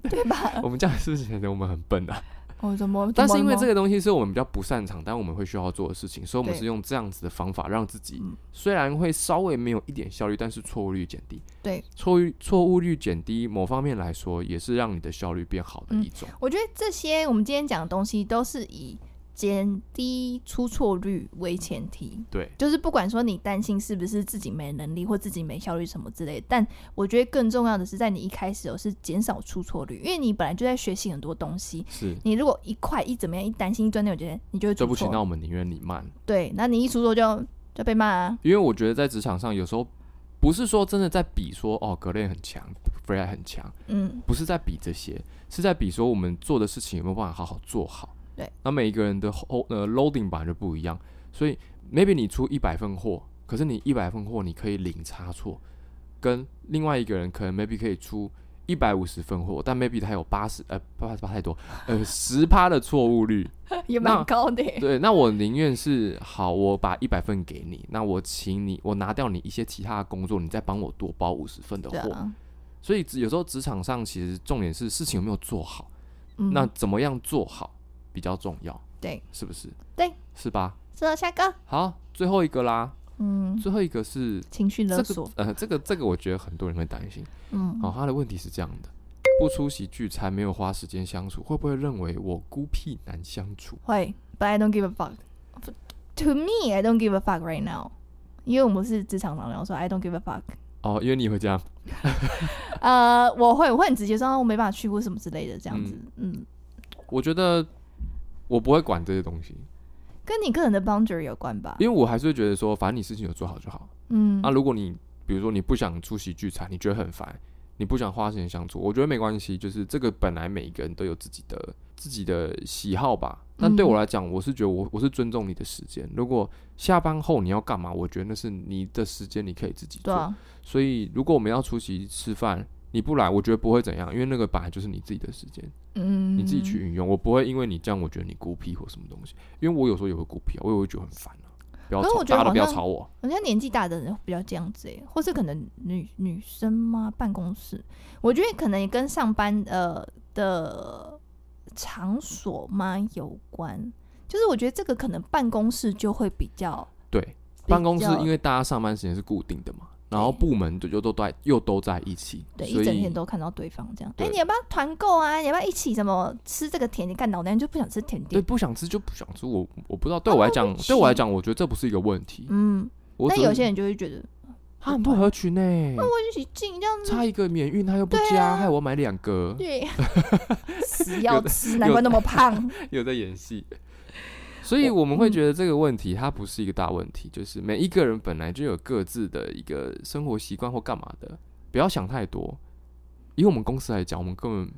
Speaker 2: 对吧？ [LAUGHS]
Speaker 1: 我们这样是不是显得我们很笨啊？
Speaker 2: 我哦怎么？
Speaker 1: 但是因为这
Speaker 2: 个，
Speaker 1: 个东西是我们比较不擅长，但我们会需要做的事情，所以我们
Speaker 2: 对
Speaker 1: 是用这样子的方法让自己
Speaker 2: 嗯
Speaker 1: 虽然会稍微没有一点效率，但是错误率减低。
Speaker 2: 对，
Speaker 1: 错误错误率减低，某方面来说也是让你的效率变好的一种。
Speaker 2: 我觉得这些我们今天讲的东西都是以减低出错率为前提，
Speaker 1: 对，
Speaker 2: 就是不管说你担心是不是自己没能力或自己没效率什么之类，但我觉得更重要的是，在你一开始哦是减少出错率，因为你本来就在学习很多东西，
Speaker 1: 是
Speaker 2: 你如果一快一怎么样一担心一钻牛角尖，你就会
Speaker 1: 对
Speaker 2: 出
Speaker 1: 不起，那
Speaker 2: 错。
Speaker 1: 我们宁愿你慢，
Speaker 2: 对，那你一出错就就被骂啊。
Speaker 1: 因为我觉得在职场上有时候不是说真的在比说哦格雷很强，弗莱很强， [LAUGHS]
Speaker 2: 嗯，
Speaker 1: 不是在比这些，是在比说我们做的事情有没有办法好好做好。
Speaker 2: 对，
Speaker 1: 那每一个人的 ho- 呃 loading 版就不一样，所以 maybe 你出一百份货，可是你一百份货你可以零差错，跟另外一个人可能 maybe 可以出一百五十分或，但 maybe 他有八十呃八八太多
Speaker 2: [LAUGHS]
Speaker 1: 呃十趴的错误率。
Speaker 2: 也
Speaker 1: 那
Speaker 2: 蛮高的耶。
Speaker 1: [LAUGHS] 对，那我宁愿是好，我把一百份给你，那我请你，我拿掉你一些其他的工作，你再帮我多包五十份的
Speaker 2: 对
Speaker 1: 货。
Speaker 2: 啊，
Speaker 1: 所以只有时候职场上其实重点是事情有没有做好，
Speaker 2: 嗯，
Speaker 1: 那怎么样做好比较重要，
Speaker 2: 对，
Speaker 1: 是不是？
Speaker 2: 对，
Speaker 1: 是吧？
Speaker 2: 说到啊下个，
Speaker 1: 好，最后一个啦，
Speaker 2: 嗯，
Speaker 1: 最后一个是
Speaker 2: 情绪嗯勒
Speaker 1: 这
Speaker 2: 索
Speaker 1: 个，呃，这个这个我觉得很多人会担心。
Speaker 2: 嗯，
Speaker 1: 好，他的问题是这样的：不出席聚餐，没有花时间相处，会不会认为我孤僻难相处？
Speaker 2: 会，But I don't give a fuck. To me, I don't give a fuck right now. 因为我们是职场上聊说 I don't give a fuck，
Speaker 1: 哦，因为你也会这样，
Speaker 2: 呃，我会我会很直接说啊我没办法去过什么之类的这样子，嗯，
Speaker 1: 我觉得我不会管这些东西，
Speaker 2: 跟你个人的 boundary 有关吧，
Speaker 1: 因为我还是会觉得说，反正你事情有做好就好。
Speaker 2: 嗯
Speaker 1: 那、，如果你比如说你不想出席聚餐，你觉得很烦，你不想花时间相处，我觉得没关系，就是这个本来每一个人都有自己的自己的喜好吧。但对我来讲，我是觉得我我是尊重你的时间。如果下班后你要干嘛，我觉得那是你的时间，你可以自己
Speaker 2: 对
Speaker 1: 做。
Speaker 2: 啊，
Speaker 1: 所以如果我们要出席吃饭，你不来，我觉得不会怎样，因为那个本来就是你自己的时间，
Speaker 2: 嗯，
Speaker 1: 你自己去，运用。我不会因为你这样，我觉得你孤僻或什么东西，因为我有时候也会孤僻啊，我也会觉得很烦啊。不要
Speaker 2: 可是
Speaker 1: 吵，
Speaker 2: 我觉
Speaker 1: 大家
Speaker 2: 得
Speaker 1: 都
Speaker 2: 好
Speaker 1: 不要
Speaker 2: 像
Speaker 1: 吵我。
Speaker 2: 好像年纪大的人比较这样子、欸，或是可能女女生嘛，办公室，我觉得可能也跟上班呃的场所嘛有关，就是我觉得这个可能办公室就会比较
Speaker 1: 对，办公室因
Speaker 2: 为
Speaker 1: 为大家上班时间是固定的嘛，然后
Speaker 2: 对
Speaker 1: 部门就都在又都在一起，
Speaker 2: 对
Speaker 1: 所
Speaker 2: 一
Speaker 1: 以
Speaker 2: 整天都看到对方这样，哎、
Speaker 1: 对
Speaker 2: 你要不要团购啊？你要不要一起什么吃这个甜点？干老娘就不想吃甜
Speaker 1: 对
Speaker 2: 点，
Speaker 1: 不想吃就不想吃，我我不知道，对
Speaker 2: 啊
Speaker 1: 我来
Speaker 2: 那
Speaker 1: 讲，
Speaker 2: 不
Speaker 1: 对我来
Speaker 2: 行
Speaker 1: 讲，我觉得这不是一个问题。
Speaker 2: 嗯，
Speaker 1: 我
Speaker 2: 但
Speaker 1: 只
Speaker 2: 有
Speaker 1: 是
Speaker 2: 些人就会觉得
Speaker 1: 他很不合群呢，
Speaker 2: 一起进这样子，
Speaker 1: 差一个免运他又不
Speaker 2: 对
Speaker 1: 加，
Speaker 2: 啊
Speaker 1: 害我买两个， [LAUGHS]
Speaker 2: 对，死
Speaker 1: 有
Speaker 2: 要
Speaker 1: 的
Speaker 2: 吃，难怪那么胖。
Speaker 1: 有在演戏。所以我们
Speaker 2: 嗯
Speaker 1: 会觉得这个问题它不是一个大问题，就是每一个人本来就有各自的一个生活习惯或干嘛的，不要想太多。以我们公司来讲，我们根本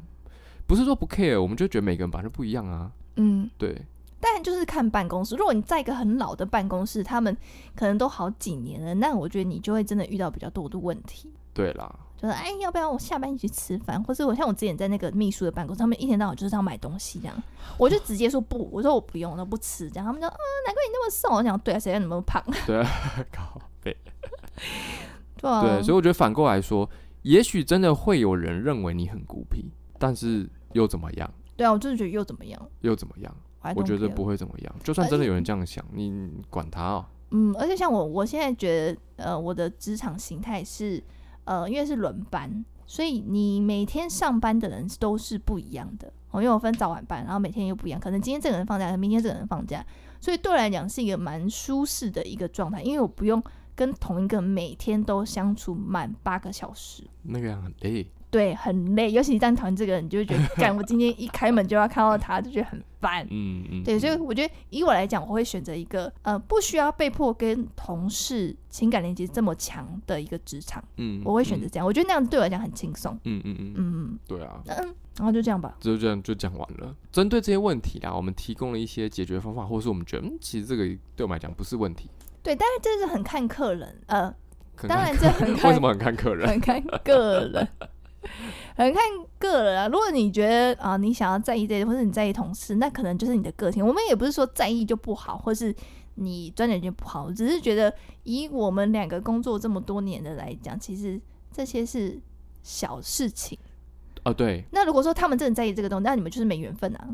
Speaker 1: 不是说不 care，我们就觉得每个人本来就不一样啊。
Speaker 2: 嗯，
Speaker 1: 对，
Speaker 2: 但就是看办公室，如果你在一个很老的办公室，他们可能都好几年了，那我觉得你就会真的遇到比较多的问题，
Speaker 1: 对啦，
Speaker 2: 就是哎，要不要我下班一起吃饭？或是我像我之前在那个秘书的办公室，他们一天到晚就是要买东西这样，我就直接说不，我说我不用，我不吃这样。他们说，嗯，难怪你那么瘦。我想，对啊，谁让你那么胖？ [LAUGHS]
Speaker 1: 啊 [LAUGHS] 靠背。
Speaker 2: 对啊，
Speaker 1: 对，所以我觉得反过来说，也许真的会有人认为你很孤僻，但是又怎么样？
Speaker 2: 对啊，我就是觉得又怎么样？
Speaker 1: 又怎么样？
Speaker 2: I
Speaker 1: 我
Speaker 2: don't
Speaker 1: 觉得
Speaker 2: care
Speaker 1: 不会怎么样。就算真的有人这样想，你管他哦。
Speaker 2: 嗯，而且像我，我现在觉得，呃，我的职场形态是，呃，因为是轮班，所以你每天上班的人都是不一样的。哦，因为我分早晚班，然后每天又不一样，可能今天这个人放假，明天这个人放假，所以对我来讲是一个蛮舒适的一个状态，因为我不用跟同一个每天都相处满八个小时。
Speaker 1: 那个人很累，
Speaker 2: 对，很累，尤其一旦讨厌这个人，你就会觉得，干，我今天一开门就要看到他，就觉得很烦。
Speaker 1: 嗯嗯，
Speaker 2: 对，所以
Speaker 1: 嗯
Speaker 2: 我觉得以我来讲，我会选择一个呃不需要被迫跟同事情感连接这么强的一个职场，
Speaker 1: 嗯，
Speaker 2: 我会选择
Speaker 1: 嗯，
Speaker 2: 这样。我觉得那样对我来讲很轻松。
Speaker 1: 嗯嗯嗯，
Speaker 2: 嗯
Speaker 1: 对啊，
Speaker 2: 嗯，然后就这样吧。
Speaker 1: 就这样就讲完了。针对这些问题啦，我们提供了一些解决方法，或是我们觉得，嗯，其实这个对我们来讲不是问题。
Speaker 2: 对，但是这是很看客人，呃，
Speaker 1: 很
Speaker 2: 当
Speaker 1: 看
Speaker 2: 然这很
Speaker 1: 为
Speaker 2: 看
Speaker 1: 什么很看客
Speaker 2: [LAUGHS]
Speaker 1: 人？
Speaker 2: 很看个人，很看个人啊。如果你觉得啊、你想要在意这些，或者你在意同事，那可能就是你的个性。我们也不是说在意就不好，或是你专点就不好，只是觉得以我们两个工作这么多年的来讲，其实这些是小事情。
Speaker 1: 哦，对
Speaker 2: 那如果说他们真的在意这个东西，那你们就是没缘分啊，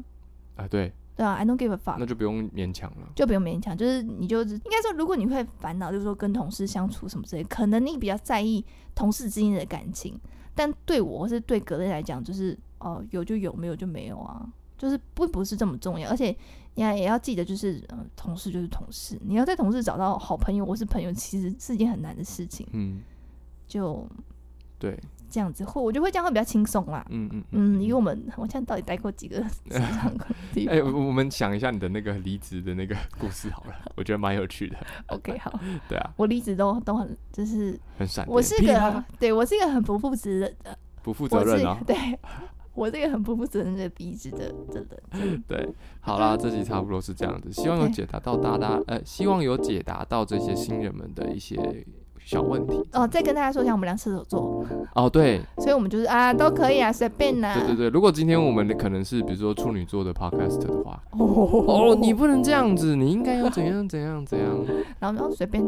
Speaker 1: 啊，对，
Speaker 2: 对啊，I don't give a fuck。
Speaker 1: 那就不用勉强了。
Speaker 2: 就不用勉强，就是你就是应该说，如果你会烦恼，就是说跟同事相处什么之类，可能你比较在意同事之间的感情，但对我或是对格类来讲，就是哦、有就有，没有就没有啊，就是不不是这么重要，而且你还也要记得，就是嗯、同事就是同事，你要在同事找到好朋友或是朋友，其实是一件很难的事情，
Speaker 1: 嗯，
Speaker 2: 就
Speaker 1: 对，
Speaker 2: 这样子会，我就会这样会比较轻松啦。
Speaker 1: 嗯嗯
Speaker 2: 嗯，因为我们我现在到底待过几个 [LAUGHS] 职场的地 [LAUGHS]
Speaker 1: 哎、
Speaker 2: 方、
Speaker 1: 我我们想一下你的那个离职的那个故事好了， [LAUGHS] 我觉得蛮有趣的。
Speaker 2: o k 好，
Speaker 1: 对啊，
Speaker 2: 我离职都都很就是
Speaker 1: 很闪电。
Speaker 2: 我是
Speaker 1: 噼里啪
Speaker 2: 个
Speaker 1: 啦
Speaker 2: 对我是一个很不负责任的，
Speaker 1: 不负责
Speaker 2: 我是
Speaker 1: 任啊。
Speaker 2: 对， [LAUGHS] 我这个很不负责任的鼻子的的人，
Speaker 1: 对，好啦，这集差不多
Speaker 2: 嗯
Speaker 1: 是这样子，希望有
Speaker 2: 对
Speaker 1: 解答到大家，呃，希望有解答到这些新人们的一些小问题。
Speaker 2: 哦，再跟大家说一下，我们俩射手座，
Speaker 1: 哦，对，
Speaker 2: 所以我们就是啊，都可以啊，随便啦、
Speaker 1: 对对对，如果今天我们可能是比如说处女座的 podcast 的话，
Speaker 2: [LAUGHS] 哦
Speaker 1: 哦，你不能这样子，你应该要怎样怎样怎样。
Speaker 2: 然后我们就随便，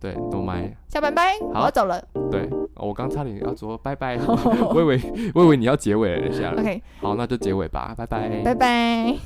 Speaker 1: 对，都买。
Speaker 2: 下班拜，我
Speaker 1: 好
Speaker 2: 要走了。
Speaker 1: 对，哦我刚差点要说拜
Speaker 2: [LAUGHS]
Speaker 1: 拜，我以为我以为你要结尾了一下了。
Speaker 2: OK，
Speaker 1: 好，那就结尾吧，拜拜。
Speaker 2: 拜拜。